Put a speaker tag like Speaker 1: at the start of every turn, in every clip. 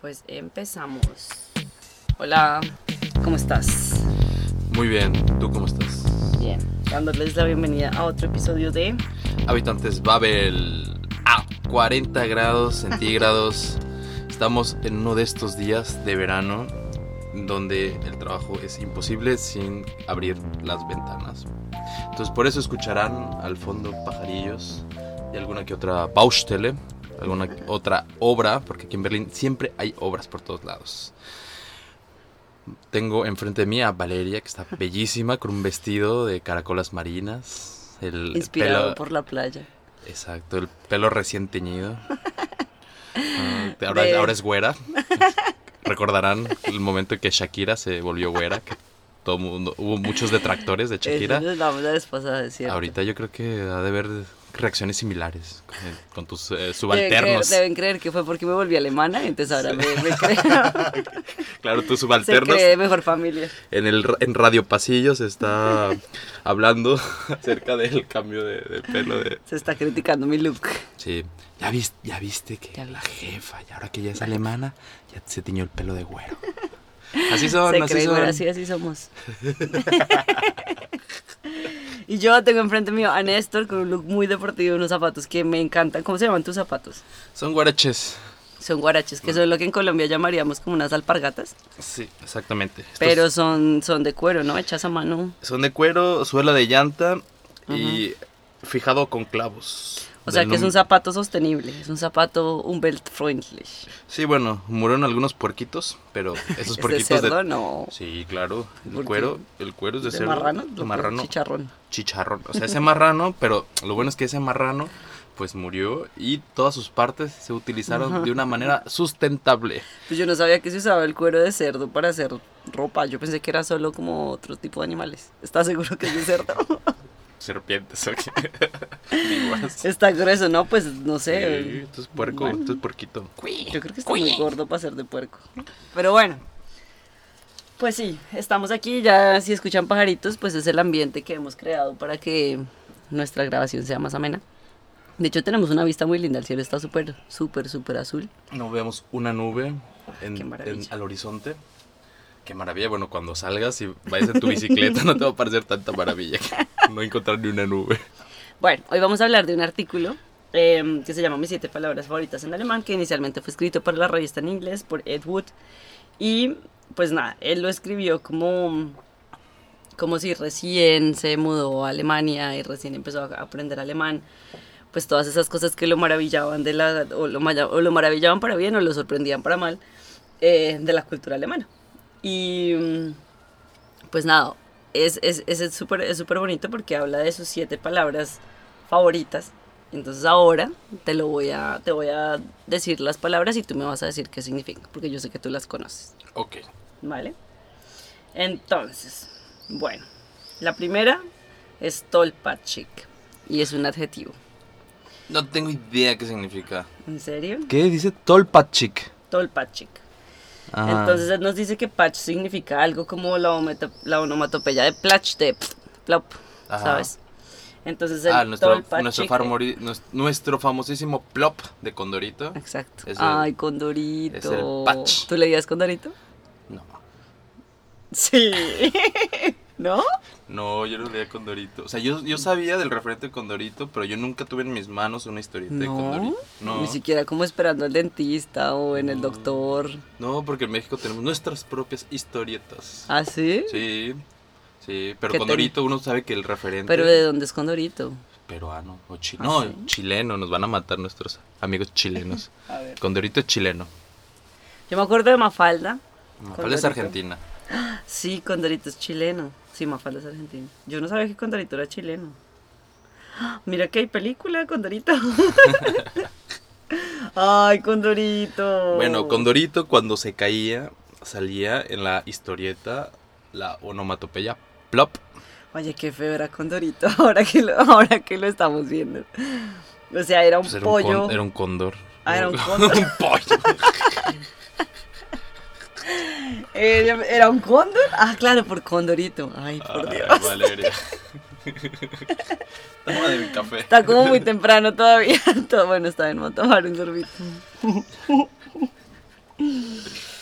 Speaker 1: pues empezamos. Hola, ¿cómo estás?
Speaker 2: Muy bien, ¿tú cómo estás?
Speaker 1: Bien, dándoles la bienvenida a otro episodio de
Speaker 2: Habitantes Babel a 40 grados centígrados. Estamos en uno de estos días de verano donde el trabajo es imposible sin abrir las ventanas. Entonces por eso escucharán al fondo pajarillos y alguna que otra Baustelle, alguna que otra obra, porque aquí en Berlín siempre hay obras por todos lados. Tengo enfrente de mí a Valeria, que está bellísima, con un vestido de caracolas marinas. El
Speaker 1: Inspirado
Speaker 2: pelo-
Speaker 1: por la playa.
Speaker 2: Exacto, el pelo recién teñido. Ah, te- ahora,
Speaker 1: De-
Speaker 2: ahora es güera. Recordarán el momento en que Shakira se volvió güera, que todo mundo, hubo muchos detractores de Shakira.
Speaker 1: Eso nos vamos a despasar, ¿cierto?
Speaker 2: Ahorita yo creo que ha de haber reacciones similares con, con tus eh,
Speaker 1: Deben creer,
Speaker 2: subalternos.
Speaker 1: deben creer que fue porque me volví alemana, entonces ahora me, me creo.
Speaker 2: Claro, tus
Speaker 1: Se
Speaker 2: subalternos.
Speaker 1: cree de mejor familia.
Speaker 2: En, el, ra- en Radio Pasillo se está hablando acerca del cambio de, de pelo de,
Speaker 1: Se está criticando mi look.
Speaker 2: Sí. Ya viste, ya viste que
Speaker 1: Ya
Speaker 2: la
Speaker 1: viste.
Speaker 2: jefa, y ahora que ya es alemana, ya se tiñó el pelo de güero. Así son,
Speaker 1: Se
Speaker 2: así
Speaker 1: cree,
Speaker 2: son.
Speaker 1: güey, así, así somos. y yo tengo enfrente mío a Néstor con un look muy deportivo, unos zapatos que me encantan. ¿Cómo se llaman tus zapatos?
Speaker 2: Son guaraches.
Speaker 1: Son guaraches, que son lo que en Colombia llamaríamos como unas alpargatas,
Speaker 2: Sí, exactamente. Estos
Speaker 1: pero son, son de cuero, ¿no? Hechas a mano.
Speaker 2: son de cuero, suela de llanta y fijado con clavos.
Speaker 1: O sea
Speaker 2: Del
Speaker 1: que es
Speaker 2: nom-
Speaker 1: un zapato sostenible, es un zapato umweltfreundlich.
Speaker 2: Sí, bueno, murieron algunos puerquitos, pero esos
Speaker 1: ¿Es de
Speaker 2: puerquitos de...
Speaker 1: cerdo? No.
Speaker 2: Sí, claro, el
Speaker 1: ¿Por qué?
Speaker 2: cuero, el cuero es de,
Speaker 1: ¿De
Speaker 2: cerdo.
Speaker 1: marrano?
Speaker 2: de marrano.
Speaker 1: Chicharrón.
Speaker 2: chicharrón. O sea, ese marrano, pero lo bueno es que ese marrano pues murió y todas sus partes se utilizaron de una manera sustentable.
Speaker 1: Pues yo no sabía que se usaba el cuero de cerdo para hacer ropa, yo pensé que era solo como otro tipo de animales. ¿Estás seguro que es de cerdo?
Speaker 2: Serpientes, ok. Iguas.
Speaker 1: Está grueso, ¿no? Pues no
Speaker 2: Sí,
Speaker 1: sé.
Speaker 2: esto es puerco, esto es puerquito.
Speaker 1: Yo creo que está muy gordo para ser de puerco. Pero bueno. Pues sí, estamos aquí. Ya si escuchan pajaritos, pues es el ambiente que hemos creado para que nuestra grabación sea más amena. De hecho, tenemos una vista muy linda. El cielo está súper, súper, súper azul.
Speaker 2: No vemos una nube en-
Speaker 1: Qué maravilla.
Speaker 2: en- al horizonte. Qué maravilla, bueno, cuando salgas y vayas en tu bicicleta no te va a parecer tanta maravilla que no encontrar ni una nube.
Speaker 1: Bueno, hoy vamos a hablar de un artículo eh, que se llama Mis siete palabras favoritas en alemán, que inicialmente fue escrito para la revista en inglés por Ed Wood. Y pues nada, él lo escribió como, como si recién se mudó a Alemania y recién empezó a aprender alemán. Pues todas esas cosas que lo maravillaban, de la, o, lo, maya- o lo maravillaban para bien o lo sorprendían para mal eh, de la cultura alemana. Y. mm, pues nada, es es- es- es súper es súper bonito porque habla de sus siete palabras favoritas. Entonces ahora te lo voy a, te voy a decir las palabras y tú me vas a decir qué significan, porque yo sé que tú las conoces,
Speaker 2: Ok.
Speaker 1: ¿vale? Entonces, bueno, la primera es Tolpachik y es un adjetivo.
Speaker 2: No tengo idea qué significa.
Speaker 1: ¿En serio?
Speaker 2: ¿Qué dice Tolpachik?
Speaker 1: Tolpachik. Entonces él nos dice que patch significa algo como la, ometo- la onomatopeya de plach, de pf, plop,
Speaker 2: Ajá.
Speaker 1: ¿sabes? Entonces el
Speaker 2: ah, nuestro,
Speaker 1: tolpa
Speaker 2: nuestro,
Speaker 1: chicle-
Speaker 2: famori- nues- nuestro famosísimo plop de Condorito.
Speaker 1: Exacto.
Speaker 2: es el-
Speaker 1: Ay, Condorito.
Speaker 2: es el patch.
Speaker 1: ¿Tú leías Condorito?
Speaker 2: No,
Speaker 1: Sí. ¿No?
Speaker 2: no, yo no leía Condorito. O sea, yo, yo sabía del referente de Condorito, pero yo nunca tuve en mis manos una historieta de
Speaker 1: No.
Speaker 2: Condorito. No,
Speaker 1: Ni siquiera como esperando al dentista o en el
Speaker 2: No.
Speaker 1: doctor.
Speaker 2: no, porque en México tenemos nuestras propias historietas.
Speaker 1: ¿Ah, sí?
Speaker 2: Sí, sí, pero
Speaker 1: ¿Qué
Speaker 2: Condorito uno sabe que el referente
Speaker 1: Pero ¿de dónde es Condorito?
Speaker 2: peruano o chi-
Speaker 1: ¿Ah,
Speaker 2: no,
Speaker 1: sí?
Speaker 2: chileno, nos van a matar nuestros amigos chilenos.
Speaker 1: A ver.
Speaker 2: Condorito es chileno.
Speaker 1: Yo me acuerdo de Mafalda.
Speaker 2: Mafalda es
Speaker 1: Condorito.
Speaker 2: argentina.
Speaker 1: Sí, Condorito es chileno. Sí, Mafalda es argentino. Yo no sabía que Condorito era chileno. ¡Ah! Mira que hay película de Condorito. Ay, Condorito.
Speaker 2: Bueno, Condorito cuando se caía salía en la historieta la onomatopeya plop.
Speaker 1: Oye, qué feo era Condorito ahora que lo, ahora que lo estamos viendo. O sea, era un
Speaker 2: Pues era, un
Speaker 1: pollo.
Speaker 2: con- era un cóndor.
Speaker 1: Ah, era un cóndor.
Speaker 2: un pollo.
Speaker 1: era, Eh, era un cóndor. Ah, claro, por Condorito. Ay, por Dios.
Speaker 2: Ay, Valeria. Toma de mi café.
Speaker 1: Está como muy temprano todavía. Todo, bueno, está bien, voy a tomar un sorbito.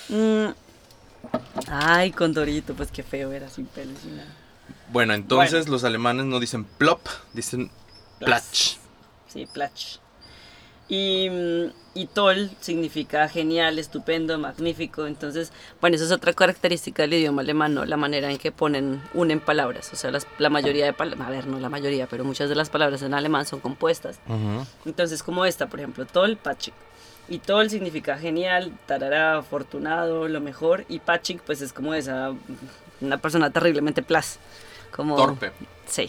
Speaker 1: Mm. Ay, Condorito, pues qué feo era sin pelos y nada.
Speaker 2: Bueno, entonces los alemanes no dicen plop, dicen platsch.
Speaker 1: Sí, Platsch. Y, mm, y Toll significa genial, estupendo, magnífico. Entonces, bueno, eso es otra característica del idioma alemán, ¿no? la manera en que ponen, unen palabras. O sea, las- la mayoría de palabras, a ver, no la mayoría, pero muchas de las palabras en alemán son compuestas.
Speaker 2: Ujú.
Speaker 1: Entonces, como esta, por ejemplo, Toll, Pachik. Y Toll significa genial, tarará, afortunado, lo mejor. Y Pachik, pues es como esa, una persona terriblemente plas. Como,
Speaker 2: Torpe.
Speaker 1: Sí,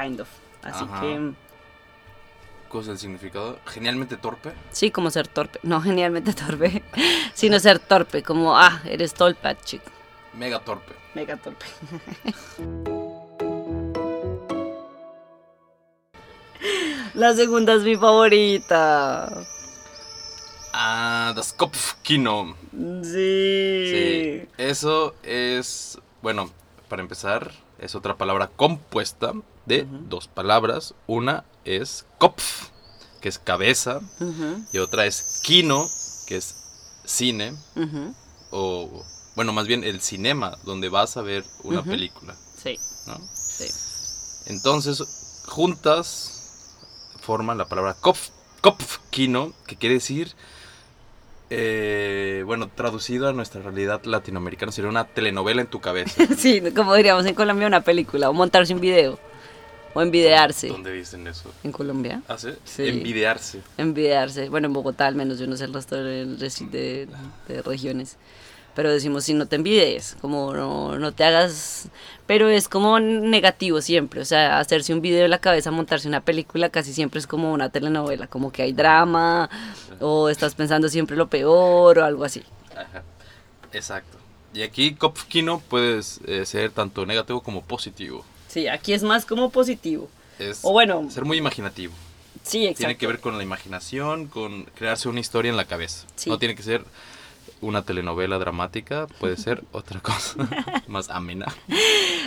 Speaker 1: kind of. Así
Speaker 2: Ajá.
Speaker 1: que,
Speaker 2: ¿Cuál es el significado? Genialmente torpe.
Speaker 1: sí, como ser torpe. No genialmente torpe, sino ser torpe. Como, ah, eres Toll, Pachik.
Speaker 2: Mega torpe.
Speaker 1: Mega torpe. La segunda es mi favorita.
Speaker 2: Ah, das Kopfkino.
Speaker 1: Sí.
Speaker 2: Sí. Eso es, bueno, para empezar, es otra palabra compuesta de dos palabras. Una es Kopf, que es cabeza,
Speaker 1: Ujú,
Speaker 2: y otra es Kino, que es cine,
Speaker 1: ujú,
Speaker 2: o, bueno, más bien el cinema, donde vas a ver una
Speaker 1: Ujú.
Speaker 2: película,
Speaker 1: Sí,
Speaker 2: ¿no?
Speaker 1: sí.
Speaker 2: Entonces, juntas forman la palabra kopf, kopfkino, que quiere decir, eh, bueno, traducido a nuestra realidad latinoamericana, sería una telenovela en tu cabeza.
Speaker 1: Sí, como diríamos en Colombia, una película, o montarse un video, o envidearse.
Speaker 2: ¿Dónde dicen eso?
Speaker 1: ¿En Colombia?
Speaker 2: ¿Ah, sí?
Speaker 1: Sí.
Speaker 2: Envidiarse.
Speaker 1: Envidearse. Bueno, en Bogotá al menos, yo no sé el resto del reci- de, de regiones. Pero decimos, si no te envides, como no, no te hagas... Pero es como negativo siempre, o sea, hacerse un video en la cabeza, montarse una película, casi siempre es como una telenovela, como que hay drama, o estás pensando siempre lo peor, o algo así.
Speaker 2: Ajá. Exacto. Y aquí kopfkino puede eh, ser tanto negativo como positivo.
Speaker 1: Sí, aquí es más como positivo.
Speaker 2: Es
Speaker 1: O bueno,
Speaker 2: ser muy imaginativo.
Speaker 1: sí, exacto.
Speaker 2: Tiene que ver con la imaginación, con crearse una historia en la cabeza.
Speaker 1: Sí.
Speaker 2: No tiene que ser una telenovela dramática, puede ser otra cosa más amena.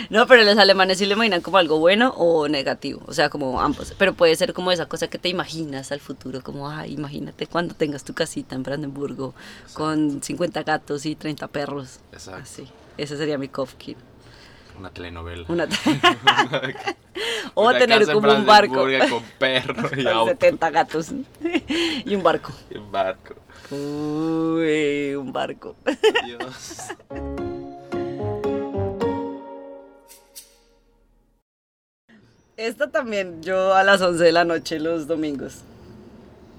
Speaker 1: No, pero los alemanes sí lo imaginan como algo bueno o negativo, o sea, como ambos. Pero puede ser como esa cosa que te imaginas al futuro, como, ah, imagínate cuando tengas tu casita en Brandenburgo con 50 gatos y 30 perros.
Speaker 2: Exacto.
Speaker 1: Así. Ese sería mi Kofkin.
Speaker 2: Una telenovela.
Speaker 1: Una- o
Speaker 2: Una
Speaker 1: tener
Speaker 2: casa en
Speaker 1: como un barco.
Speaker 2: Brandenburgo Con perro y
Speaker 1: Con
Speaker 2: auto.
Speaker 1: 70 gatos y un barco.
Speaker 2: y barco.
Speaker 1: Uy, un barco.
Speaker 2: Dios.
Speaker 1: Esta también, yo a las 11 de la noche los domingos.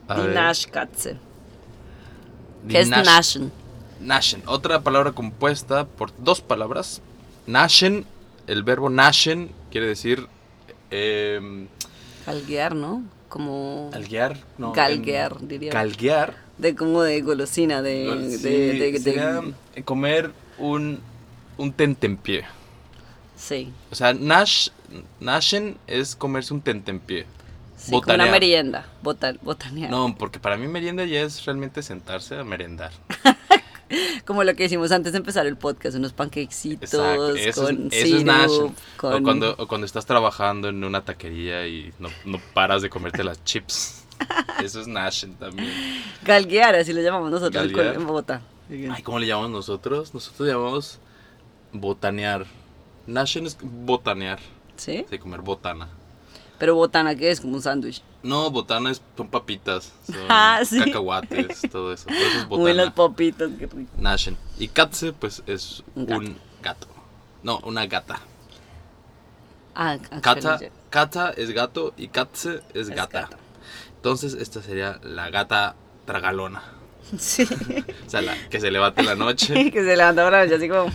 Speaker 2: A
Speaker 1: Die
Speaker 2: ver.
Speaker 1: Naschkatze.
Speaker 2: Die
Speaker 1: ¿Qué es
Speaker 2: Nash-
Speaker 1: Naschen?
Speaker 2: Nashen. Otra palabra compuesta por dos palabras. Nashen, el verbo nashen quiere decir eh,
Speaker 1: Galguear, ¿no? Como
Speaker 2: alguear. No,
Speaker 1: Galguear, diría.
Speaker 2: Galguear.
Speaker 1: de como de golosina, de,
Speaker 2: Sí,
Speaker 1: de, de- de-
Speaker 2: sería comer un, un tentempié.
Speaker 1: sí,
Speaker 2: O sea, Nash, Nashen es comerse un tentempié.
Speaker 1: sí, como una
Speaker 2: Botanear.
Speaker 1: merienda, botan, botanear.
Speaker 2: No, porque para mí merienda ya es realmente sentarse a merendar.
Speaker 1: Como lo que hicimos antes de empezar el podcast, unos panquecitos
Speaker 2: Exacto. Eso,
Speaker 1: con
Speaker 2: es, eso es Nashen.
Speaker 1: sirup, con
Speaker 2: O, cuando, o cuando estás trabajando en una taquería y no, no paras de comerte las chips. Eso es Nashen también.
Speaker 1: galguear, así lo llamamos nosotros en Col-
Speaker 2: Galguear.
Speaker 1: en Bogotá.
Speaker 2: Ay, ¿cómo le llamamos nosotros? Nosotros le llamamos botanear. Nashen es botanear.
Speaker 1: ¿Sí?
Speaker 2: De comer botana.
Speaker 1: Pero botana que es como un sándwich.
Speaker 2: No, botana es, son papitas, son
Speaker 1: Ah, sí.
Speaker 2: cacahuates, todo eso. Por eso es
Speaker 1: Uy, los
Speaker 2: botana.
Speaker 1: papitos, qué rico.
Speaker 2: Nashen. Y Katze, pues es
Speaker 1: Un gato.
Speaker 2: un gato. No, una gata.
Speaker 1: Ah, ah,
Speaker 2: Kata,
Speaker 1: espera,
Speaker 2: kata es gato y Katze
Speaker 1: Es
Speaker 2: es, gata.
Speaker 1: gata.
Speaker 2: Entonces, esta sería la gata tragalona.
Speaker 1: ya. Sí,
Speaker 2: O sea, la que se levanta en la noche,
Speaker 1: que se levanta ahora, yo así como...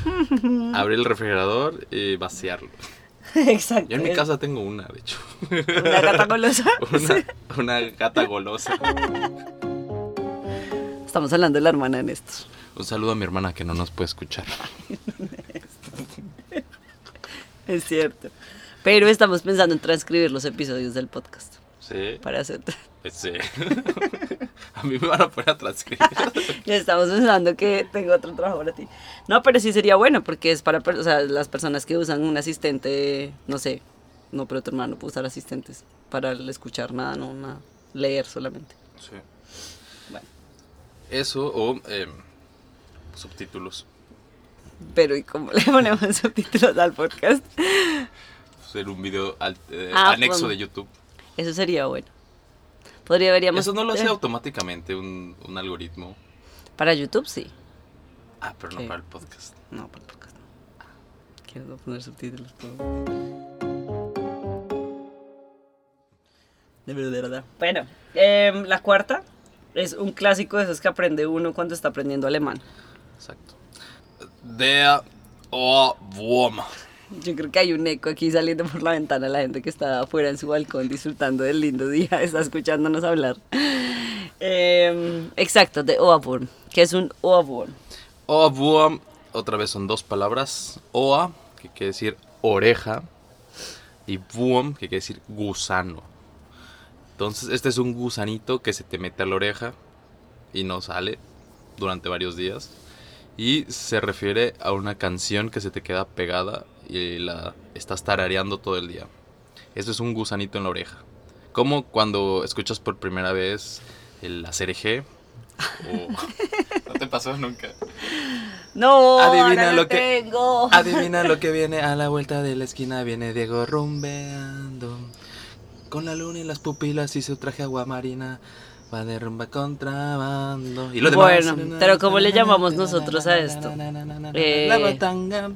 Speaker 2: abre el refrigerador y vaciarlo.
Speaker 1: Exacto.
Speaker 2: Yo en mi
Speaker 1: es
Speaker 2: casa tengo una, de hecho.
Speaker 1: Una gata golosa.
Speaker 2: Una, una gata golosa.
Speaker 1: Estamos hablando de la hermana en esto.
Speaker 2: Un saludo a mi hermana que no nos puede escuchar.
Speaker 1: Es cierto. Pero estamos pensando en transcribir los episodios del podcast
Speaker 2: Sí.
Speaker 1: para hacer.
Speaker 2: Pues sí. a mí me van a poner a transcribir.
Speaker 1: Ya estamos pensando que tengo otro trabajo para ti. No, pero sí sería bueno porque es para per- o sea, las personas que usan un asistente, no sé, no, pero tu hermano puede usar asistentes para el escuchar nada, no nada, leer solamente.
Speaker 2: Sí.
Speaker 1: Bueno.
Speaker 2: Eso, o em, subtítulos.
Speaker 1: Pero ¿y cómo le ponemos subtítulos al podcast?
Speaker 2: Hacer un video al- eh,
Speaker 1: Ah,
Speaker 2: anexo
Speaker 1: pon-
Speaker 2: de YouTube.
Speaker 1: Eso sería bueno. Podría veríamos
Speaker 2: Eso no lo hace
Speaker 1: eh,
Speaker 2: automáticamente un, un algoritmo.
Speaker 1: para YouTube, sí.
Speaker 2: Ah, pero no
Speaker 1: Sí.
Speaker 2: para el podcast.
Speaker 1: No, para el podcast no. Quiero no poner subtítulos. por favor. De verdad, de verdad. Bueno, em, la cuarta es un clásico de esos que aprende uno cuando está aprendiendo alemán.
Speaker 2: Exacto. Der o Wurm.
Speaker 1: Yo creo que hay un eco aquí saliendo por la ventana, la gente que está afuera en su balcón disfrutando del lindo día, está escuchándonos hablar. Em, exacto, de Oaborn, que es un Oaborn.
Speaker 2: Oa Wurm, otra vez son dos palabras. Oa, que quiere decir oreja, y Wurm, que quiere decir gusano. Entonces, este es un gusanito que se te mete a la oreja y no sale durante varios días. Y se refiere a una canción que se te queda pegada y la estás tarareando todo el día. Esto es un gusanito en la oreja. Como cuando escuchas por primera vez el acerejé. O... ¿No te pasó nunca?
Speaker 1: No,
Speaker 2: Adivina
Speaker 1: ahora
Speaker 2: lo
Speaker 1: no
Speaker 2: que-
Speaker 1: tengo.
Speaker 2: Adivina lo que viene a la vuelta de la esquina, viene Diego rumbeando. Con la luna en las pupilas y su traje aguamarina, va de rumba contrabando. Y lo demás.
Speaker 1: Bueno, pero ¿cómo le llamamos nosotros a esto? Eh,
Speaker 2: La batanga.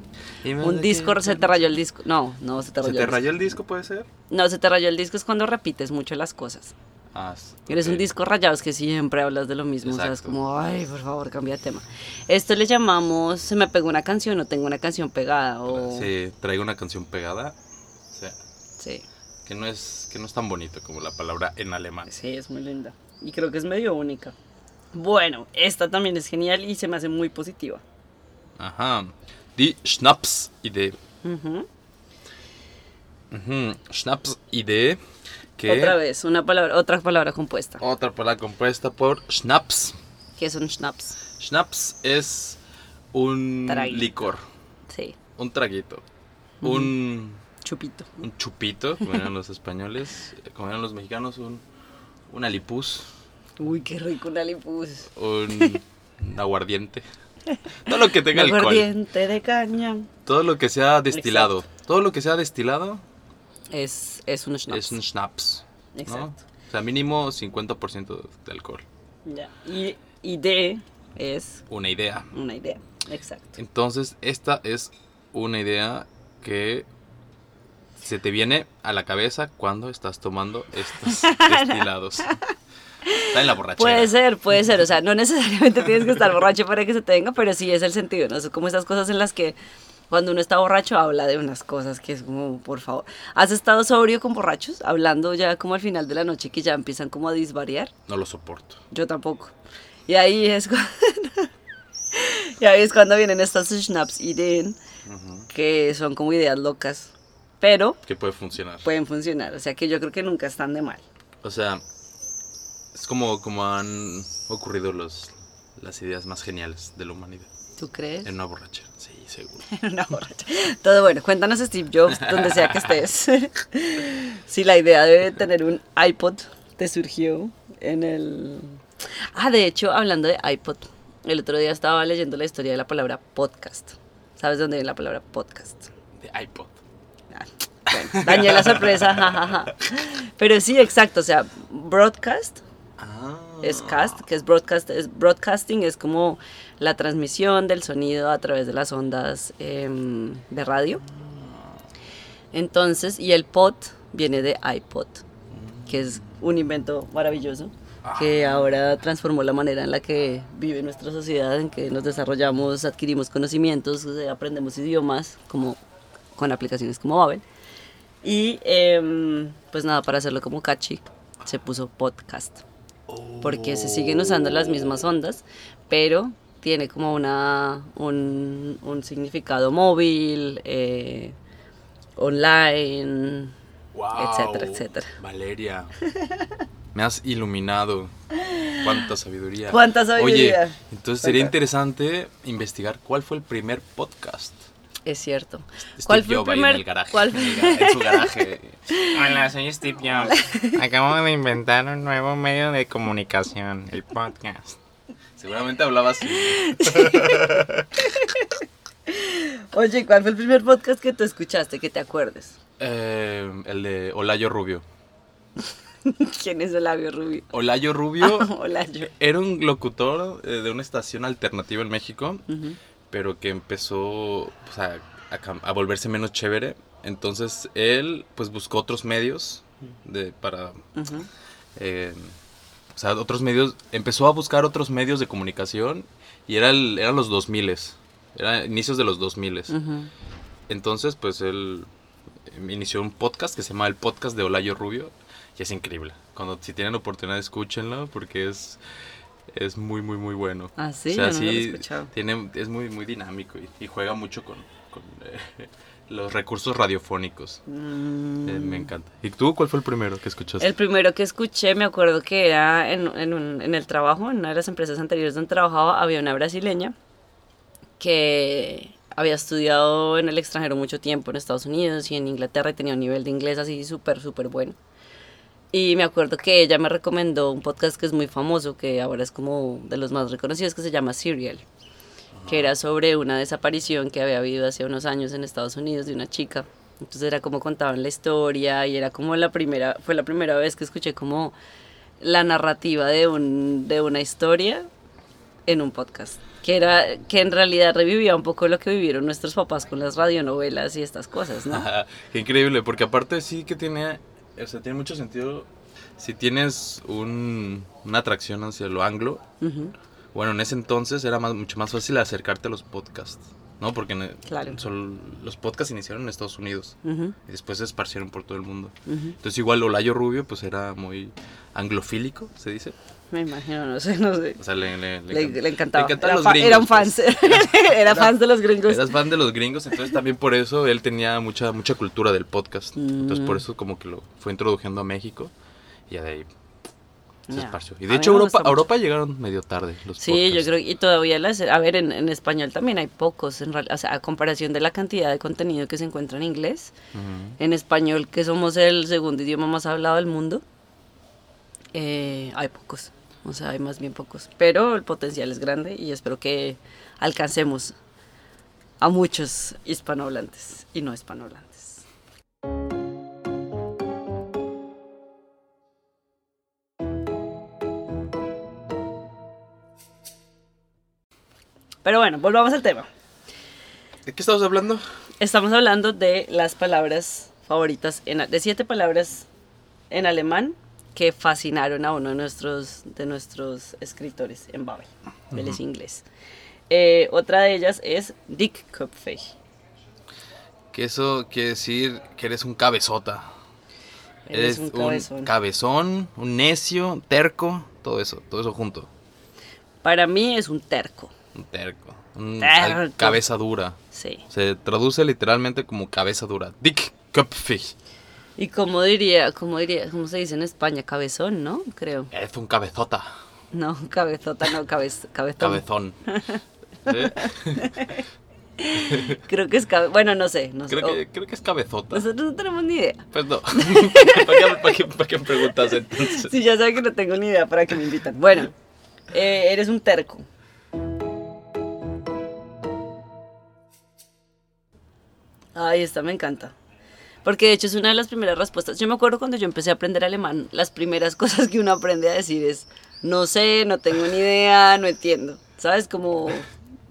Speaker 2: Y me
Speaker 1: Un
Speaker 2: dejé-
Speaker 1: disco, se te rayó el disco. No, no, se te rayó
Speaker 2: ¿Se
Speaker 1: el
Speaker 2: te
Speaker 1: disco.
Speaker 2: rayó el disco, puede ser?
Speaker 1: No, se te rayó el disco es cuando repites mucho las cosas.
Speaker 2: Ah, s-
Speaker 1: Eres un
Speaker 2: ok.
Speaker 1: disco rayado, es que siempre hablas de lo mismo. O sea, es
Speaker 2: Exacto.
Speaker 1: como, ay, por favor, cambia de tema. Esto le llamamos, se me pegó una canción o tengo una canción pegada. O...
Speaker 2: Sí, traigo una canción pegada. O sea,
Speaker 1: sí.
Speaker 2: que no es, que no es tan bonito como la palabra en alemán.
Speaker 1: Sí, es muy linda. Y creo que es medio única. Bueno, esta también es genial y se me hace muy positiva.
Speaker 2: Ajá. Die Schnapsidee.
Speaker 1: Ujú.
Speaker 2: Ujú, Schnapsidee. Que
Speaker 1: Otra vez, una palabra, otra palabra compuesta,
Speaker 2: Otra palabra compuesta por Schnaps.
Speaker 1: que son schnapps.
Speaker 2: Schnaps es un
Speaker 1: Traguito.
Speaker 2: licor,
Speaker 1: Sí,
Speaker 2: un traguito, un,
Speaker 1: chupito.
Speaker 2: un chupito, como eran los españoles, como eran los mexicanos, un, un alipuz,
Speaker 1: Uy, qué rico un alipus.
Speaker 2: un, un aguardiente. Todo lo que tenga alcohol,
Speaker 1: Aguardiente de caña.
Speaker 2: todo lo que sea destilado, todo lo que sea destilado
Speaker 1: Es, es un schnapps.
Speaker 2: es un Schnaps. ¿no?
Speaker 1: Exacto.
Speaker 2: O sea, mínimo 50% de alcohol.
Speaker 1: Ya. Y, y de es
Speaker 2: Una idea.
Speaker 1: una idea. Exacto.
Speaker 2: Entonces, esta es una idea que se te viene a la cabeza cuando estás tomando estos destilados. Está en la borrachera.
Speaker 1: Puede ser, puede ser. O sea, no necesariamente tienes que estar borracho para que se te venga, pero sí es el sentido, ¿no? Son como esas cosas en las que cuando uno está borracho habla de unas cosas que es como, por favor. ¿Has estado sobrio con borrachos? Hablando ya como al final de la noche que ya empiezan como a disvariar.
Speaker 2: No lo soporto.
Speaker 1: Yo tampoco. Y ahí es cuando, y ahí es cuando vienen estas schnapps y den, que son como ideas locas, pero
Speaker 2: Que puede funcionar.
Speaker 1: pueden funcionar. O sea que yo creo que nunca están de mal.
Speaker 2: O sea, es como, como han ocurrido los, las ideas más geniales de la humanidad.
Speaker 1: ¿Tú crees?
Speaker 2: En una borrachera. Sí, seguro.
Speaker 1: una borracha. Todo bueno, cuéntanos Steve Jobs, donde sea que estés. si la idea de tener un iPod te surgió en el... Ah, de hecho, hablando de iPod, el otro día estaba leyendo la historia de la palabra podcast. ¿Sabes dónde viene la palabra podcast?
Speaker 2: De iPod.
Speaker 1: Ah, bueno, dañé la sorpresa, jajaja. Pero sí, exacto, o sea, broadcast
Speaker 2: Ah.
Speaker 1: es cast, que es broadcast, es broadcasting, es como la transmisión del sonido a través de las ondas em, de radio. Entonces, y el pod viene de iPod, que es un invento maravilloso que ahora transformó la manera en la que vive nuestra sociedad, en que nos desarrollamos, adquirimos conocimientos, eh, aprendemos idiomas, como con aplicaciones como Babel. Y em, pues nada, para hacerlo como catchy, se puso podcast porque
Speaker 2: oh.
Speaker 1: se siguen usando las mismas ondas, pero tiene como una, un, un significado móvil, eh, online.
Speaker 2: Guau,
Speaker 1: etcétera, etcétera.
Speaker 2: Valeria, me has iluminado. Cuánta sabiduría.
Speaker 1: Cuánta sabiduría.
Speaker 2: Oye, entonces sería interesante investigar cuál fue el primer podcast.
Speaker 1: Es cierto.
Speaker 2: Steve Jobs ahí en el garaje.
Speaker 1: cuál-
Speaker 2: En, el ga- en su garaje.
Speaker 3: Hola, soy Steve Jobs. Acabo de inventar un nuevo medio de comunicación, el podcast.
Speaker 2: Seguramente hablaba así.
Speaker 1: Oye, ¿cuál fue el primer podcast que tú escuchaste? Que te acuerdes.
Speaker 2: Eh, el de Olayo Rubio.
Speaker 1: ¿Quién es Olayo Rubio?
Speaker 2: Olayo Rubio
Speaker 1: Olayo.
Speaker 2: era un locutor eh, de una estación alternativa en México,
Speaker 1: Ujú.
Speaker 2: pero que empezó pues, a, a cam- a volverse menos chévere. Entonces él pues buscó otros medios de, para
Speaker 1: Ujú.
Speaker 2: eh, o sea, otros medios, empezó a buscar otros medios de comunicación y era el, eran los 2000, era inicios de los 2000.
Speaker 1: Ujú.
Speaker 2: Entonces, pues él eh, inició un podcast que se llama El Podcast de Olayo Rubio y es increíble. Cuando si tienen oportunidad, escúchenlo porque es, es muy, muy, muy bueno.
Speaker 1: Ah, sí,
Speaker 2: o sea,
Speaker 1: yo no lo había
Speaker 2: sí,
Speaker 1: escuchado.
Speaker 2: tiene, es muy, muy dinámico y, y juega mucho con, con, eh, los recursos radiofónicos. Eh,
Speaker 1: Mm.
Speaker 2: me encanta. ¿Y tú cuál fue el primero que escuchaste?
Speaker 1: El primero que escuché, me acuerdo que era en, en un- en el trabajo, en una de las empresas anteriores donde trabajaba, había una brasileña que había estudiado en el extranjero mucho tiempo, en Estados Unidos y en Inglaterra, y tenía un nivel de inglés así súper, súper bueno. Y me acuerdo que ella me recomendó un podcast que es muy famoso, que ahora es como de los más reconocidos, que se llama Serial, que era sobre una desaparición que había habido hace unos años en Estados Unidos de una chica. Entonces era como contaban la historia y era como la primera, fue la primera vez que escuché como la narrativa de, un, de una historia en un podcast. Que, era, que en realidad revivía un poco lo que vivieron nuestros papás con las radionovelas y estas cosas, ¿no?
Speaker 2: Ajá, Ah, Qué increíble, porque aparte sí que tiene, o sea, tiene mucho sentido si tienes un- una atracción hacia lo anglo.
Speaker 1: Ujú.
Speaker 2: Bueno, en ese entonces era más, mucho más fácil acercarte a los podcasts, ¿no? Porque en- e,
Speaker 1: Claro.
Speaker 2: son- los podcasts iniciaron en Estados Unidos
Speaker 1: Ujú,
Speaker 2: y después se esparcieron por todo el mundo.
Speaker 1: ujú.
Speaker 2: Entonces igual Olayo Rubio pues era muy anglofílico, se dice.
Speaker 1: Me imagino, no sé, no sé.
Speaker 2: O sea, le, le- le
Speaker 1: Le,
Speaker 2: encanta-
Speaker 1: le encantaba.
Speaker 2: le encantaban
Speaker 1: era,
Speaker 2: los
Speaker 1: fa-
Speaker 2: gringos,
Speaker 1: era un
Speaker 2: pues.
Speaker 1: fan, era fan de los gringos.
Speaker 2: Eras fan de los gringos, entonces también por eso él tenía mucha mucha cultura del podcast. Entonces
Speaker 1: Mm.
Speaker 2: por eso como que lo fue introduciendo a México y ya de ahí se
Speaker 1: Ya.
Speaker 2: esparció. Y
Speaker 1: A
Speaker 2: de
Speaker 1: mí
Speaker 2: hecho
Speaker 1: me
Speaker 2: Europa,
Speaker 1: gusta
Speaker 2: a
Speaker 1: mucho.
Speaker 2: Europa llegaron medio tarde los
Speaker 1: Sí, yo creo que y todavía las, a ver, en, en español también hay pocos, en real- o sea, a comparación de la cantidad de contenido que se encuentra en inglés, en español, que somos el segundo idioma más hablado del mundo, eh, hay pocos, o sea, hay más bien pocos, pero el potencial es grande y espero que alcancemos a muchos hispanohablantes y no hispanohablantes. Pero bueno, volvamos al tema.
Speaker 2: ¿De qué estamos hablando?
Speaker 1: Estamos hablando de las palabras favoritas, en, de siete palabras en alemán que fascinaron a uno de nuestros, de nuestros escritores en Babel. Él es inglés. Eh, otra de ellas es Dick Kopfey.
Speaker 2: Que eso quiere decir que eres un cabezota.
Speaker 1: Él es un cabezón.
Speaker 2: cabezón, un necio, terco, todo eso, todo eso junto.
Speaker 1: Para mí es un terco,
Speaker 2: Un terco. Un
Speaker 1: Terco.
Speaker 2: al- cabeza dura.
Speaker 1: sí.
Speaker 2: Se traduce literalmente como cabeza dura. Dick Köpfig.
Speaker 1: Y como diría, como diría, ¿cómo se dice en España? Cabezón, ¿no? Creo.
Speaker 2: Es un cabezota.
Speaker 1: No, cabezota, no, cabez, cabezón.
Speaker 2: Cabezón. Sí,
Speaker 1: Creo que es cabe- Bueno, no sé, no sé.
Speaker 2: Creo que,
Speaker 1: Oh,
Speaker 2: creo que es cabezota.
Speaker 1: nosotros no tenemos ni idea.
Speaker 2: Pues no. ¿Para qué, para qué- para qué me preguntas entonces?
Speaker 1: Sí, ya saben que no tengo ni idea para que me invitan. Bueno, eh, eres un terco. Ay, esta me encanta. Porque de hecho es una de las primeras respuestas. Yo me acuerdo cuando yo empecé a aprender alemán, las primeras cosas que uno aprende a decir es, no sé, no tengo ni idea, no entiendo. ¿Sabes? Como...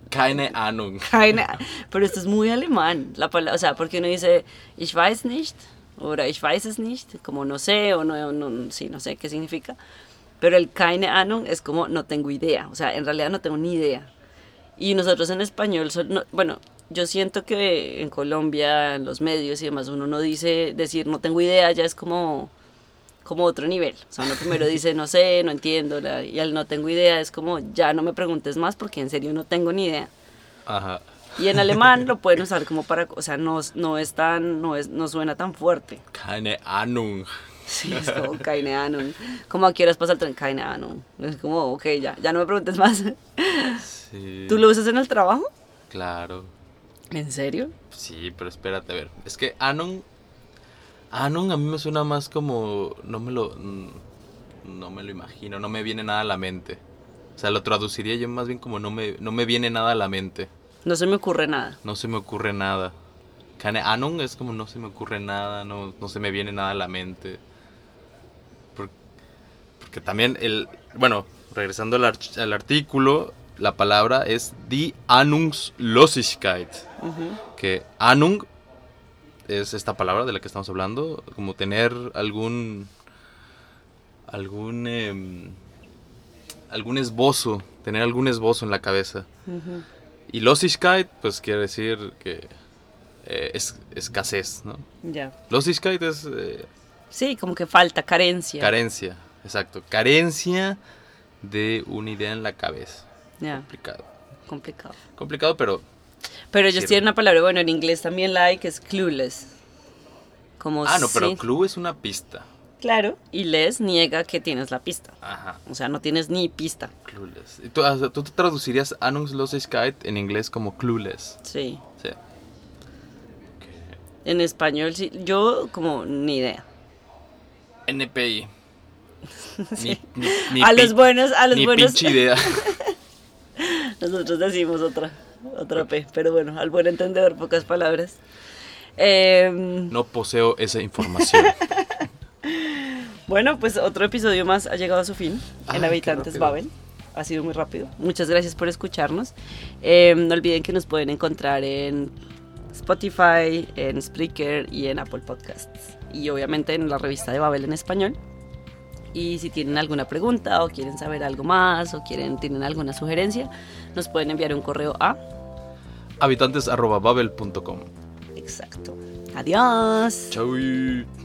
Speaker 2: Keine Ahnung.
Speaker 1: keine Ah- Pero esto es muy alemán, la palabra, o sea, porque uno dice, ich weiß nicht, o ich weiß es nicht, como no sé, o no, no, sí, no sé qué significa. Pero el keine Ahnung es como no tengo idea, o sea, en realidad no tengo ni idea. Y nosotros en español, sol- no- bueno, yo siento que en Colombia, en los medios y demás, uno no dice, decir no tengo idea ya es como, como otro nivel. O sea, uno primero dice no sé, no entiendo, la- y al no tengo idea es como ya no me preguntes más porque en serio no tengo ni idea.
Speaker 2: Ajá.
Speaker 1: Y en alemán lo pueden usar como para, o sea, no, no es tan, no, es, no suena tan fuerte.
Speaker 2: Keine Ahnung.
Speaker 1: Sí, es como keine Ahnung. Como a qué horas pasa el tren, keine Ahnung. Es como, ok, ya, ya no me preguntes más.
Speaker 2: Sí.
Speaker 1: ¿Tú lo usas en el trabajo?
Speaker 2: Claro.
Speaker 1: ¿En serio?
Speaker 2: Sí, pero espérate, a ver. Es que Anon. Anon a mí me suena más como. No me lo. mm, No me lo imagino, no me viene nada a la mente. O sea, lo traduciría yo más bien como no me, no me viene nada a la mente.
Speaker 1: No se me ocurre nada.
Speaker 2: No se me ocurre nada. Kane Anon es como no se me ocurre nada, no, no se me viene nada a la mente. Por- Porque también el. Bueno, regresando al, arch- al artículo, la palabra es Die Anungslosigkeit.
Speaker 1: Ujú.
Speaker 2: Que Anung es esta palabra de la que estamos hablando, como tener algún. algún. em, algún esbozo, tener algún esbozo en la cabeza.
Speaker 1: Ujú.
Speaker 2: Y Losigkeit, pues quiere decir que eh, es escasez, ¿no?
Speaker 1: Ya.
Speaker 2: Losigkeit es eh,
Speaker 1: Sí, como que falta, carencia.
Speaker 2: carencia, exacto. Carencia de una idea en la cabeza.
Speaker 1: Ya,
Speaker 2: Complicado.
Speaker 1: complicado.
Speaker 2: Complicado, pero
Speaker 1: Pero ellos
Speaker 2: Sirve.
Speaker 1: tienen una palabra, bueno, en inglés también la hay, que es clueless. Como
Speaker 2: ah, no, pero
Speaker 1: sin-
Speaker 2: clue es una pista.
Speaker 1: Claro. Y les niega que tienes la pista.
Speaker 2: Ajá.
Speaker 1: O sea, no tienes ni pista.
Speaker 2: Clueless. Y ¿Tú, ah, tú te traducirías Anungslosigkeit en inglés como clueless.
Speaker 1: Sí.
Speaker 2: Sí.
Speaker 1: En español, sí. Yo, como, ni idea.
Speaker 2: NPI.
Speaker 1: Sí.
Speaker 2: Ni- ni- ni
Speaker 1: a
Speaker 2: pi-
Speaker 1: los buenos, a los
Speaker 2: ni
Speaker 1: buenos.
Speaker 2: pinche idea.
Speaker 1: Nosotros decimos otra, otra P, pero bueno, al buen entendedor, pocas palabras. Em,
Speaker 2: No poseo esa información.
Speaker 1: Bueno, pues otro episodio más ha llegado a su fin
Speaker 2: Ay,
Speaker 1: en
Speaker 2: qué
Speaker 1: Habitantes
Speaker 2: rápido.
Speaker 1: Babel. Ha sido muy rápido. Muchas gracias por escucharnos. Eh, no olviden que nos pueden encontrar en Spotify, en Spreaker y en Apple Podcasts. Y obviamente en la revista de Babel en español. Y si tienen alguna pregunta o quieren saber algo más o quieren tienen alguna sugerencia, nos pueden enviar un correo a
Speaker 2: Habitantes arroba babel punto com.
Speaker 1: Exacto. Adiós.
Speaker 2: Chau.